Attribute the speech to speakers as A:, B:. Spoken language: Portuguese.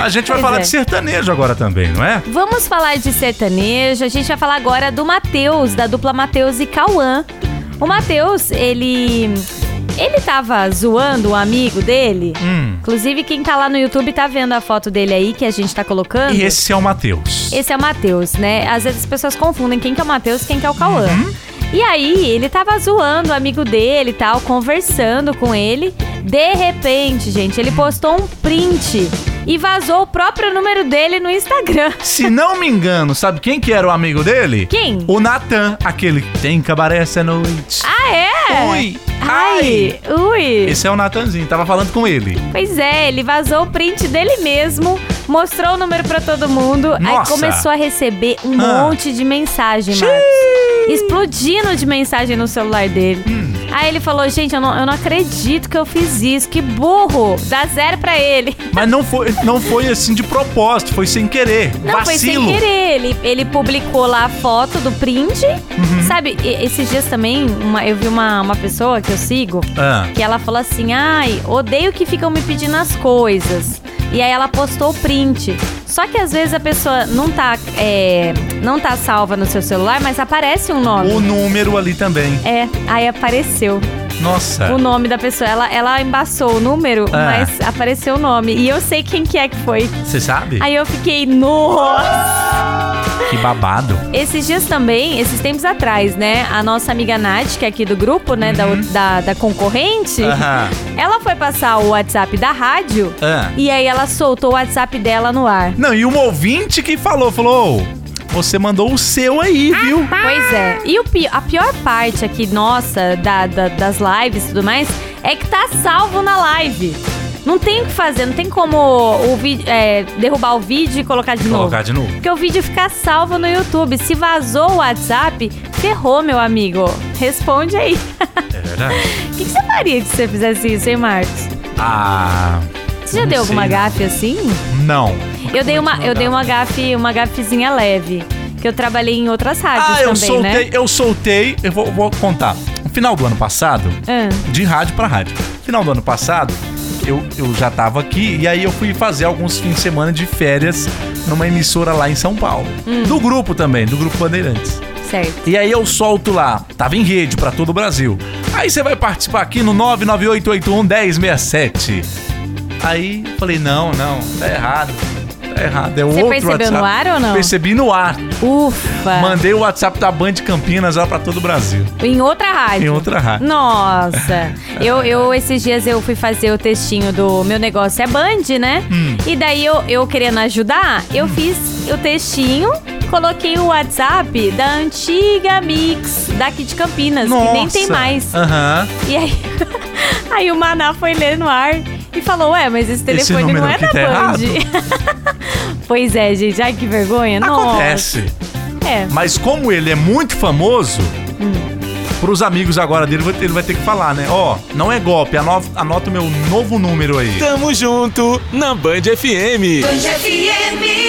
A: A gente vai
B: Pois
A: falar
B: é.
A: de sertanejo agora também, não é?
B: Vamos falar de sertanejo. A gente vai falar agora do Matheus, da dupla Matheus e Cauã. O Matheus, ele. Ele tava zoando um amigo dele.
A: Hum.
B: Inclusive, quem tá lá no YouTube tá vendo a foto dele aí que a gente tá colocando.
A: E esse é o Matheus.
B: Esse é o Matheus, né? Às vezes as pessoas confundem quem que é o Matheus e quem que é o Cauã.
A: Uhum.
B: E aí, ele tava zoando o amigo dele e tal, conversando com ele. De repente, gente, ele postou um print e vazou o próprio número dele no Instagram.
A: Se não me engano, sabe quem que era o amigo dele?
B: Quem?
A: O Natan, aquele que tem cabaré essa noite.
B: Ah, é?
A: Ui!
B: Ai, ui.
A: Esse é o Natanzinho, tava falando com ele.
B: Pois é, ele vazou o print dele mesmo, mostrou o número pra todo mundo, aí
A: Nossa.
B: começou a receber um
A: Ah.
B: monte de mensagem, Marcos. Explodindo de mensagem no celular dele.
A: Hum.
B: Aí ele falou, gente, eu não, eu não acredito que eu fiz isso, que burro! Dá zero pra ele.
A: Mas não foi, não foi assim de propósito, foi sem querer.
B: Não,
A: Vacilo.
B: foi sem querer. Ele, ele publicou lá a foto do print.
A: Uhum.
B: Sabe, e- esses dias também, uma- eu vi uma, uma pessoa que eu sigo,
A: Ah.
B: que ela falou assim: ai, odeio que ficam me pedindo as coisas. E aí ela postou o print. Só que às vezes a pessoa não tá, é, não tá salva no seu celular, mas aparece um nome.
A: O número ali também.
B: É, aí apareceu
A: Nossa.
B: o nome da pessoa. Ela, ela embaçou o número,
A: Ah.
B: mas apareceu o nome. E eu sei quem que é que foi.
A: Você sabe?
B: Aí eu fiquei, nossa!
A: Que babado.
B: Esses dias também, esses tempos atrás, né? A nossa amiga Nath, que é aqui do grupo, né? da- Da, da, concorrente,
A: Aham.
B: ela foi passar o WhatsApp da rádio
A: Ah.
B: e aí ela soltou o WhatsApp dela no ar.
A: Não, e um ouvinte que falou, falou, "Ô, você mandou o seu aí, viu?
B: Pois é. E o pi- a pior parte aqui, nossa, da- da- das lives e tudo mais, é que tá salvo na live. Não tem o que fazer, não tem como o vi- é, derrubar o vídeo e colocar de novo.
A: Colocar de novo.
B: Porque o vídeo fica salvo no YouTube. Se vazou o WhatsApp, ferrou, meu amigo. Responde aí.
A: É verdade.
B: O que, que você faria se você fizesse isso, hein, Marcos?
A: Ah.
B: Você já
A: Não
B: deu
A: sei,
B: alguma
A: não.
B: gafe assim?
A: Não.
B: Eu dei uma, eu
A: mandar?
B: dei uma gafe, uma gafezinha leve. Que eu trabalhei em outras rádios
A: Ah, eu
B: também,
A: soltei,
B: né?
A: eu soltei, eu vou, vou contar. No final do ano passado,
B: Ah,
A: de rádio pra rádio. No final do ano passado, eu, eu já tava aqui e aí eu fui fazer alguns fins de semana de férias numa emissora lá em São Paulo.
B: Hum.
A: Do grupo também, do grupo Bandeirantes.
B: certo.
A: E aí eu solto lá, tava em rede pra todo o Brasil. Aí você vai participar aqui no 998811067. Aí eu falei, não, não, tá errado. Tá errado, é
B: Você
A: outro
B: percebeu
A: WhatsApp.
B: no ar ou não? Ah.
A: Percebi no ar.
B: Ufa!
A: Mandei o WhatsApp da Band Campinas lá pra todo o Brasil.
B: Em outra rádio.
A: Em outra rádio.
B: Nossa. eu, eu, esses dias, eu fui fazer o textinho do Meu Negócio é Band, né?
A: Hum.
B: E daí, eu, eu querendo ajudar, eu fiz o textinho, coloquei o WhatsApp da antiga Mix, daqui de Campinas, que nem tem
A: Nossa.
B: mais.
A: Aham.
B: E aí, aí o Maná foi ler no ar e falou, ué, mas esse telefone
A: número
B: não é
A: aqui
B: da
A: tá
B: Band.
A: errado.
B: pois é, gente. Ai, que vergonha.
A: Acontece.
B: Nossa. É.
A: Mas como ele é muito famoso,
B: Hum.
A: pros amigos agora dele, vai ter- ele vai ter que falar, né? Ó, não é golpe, ano- anota o meu novo número aí.
C: Tamo junto na Band FM.
D: FM.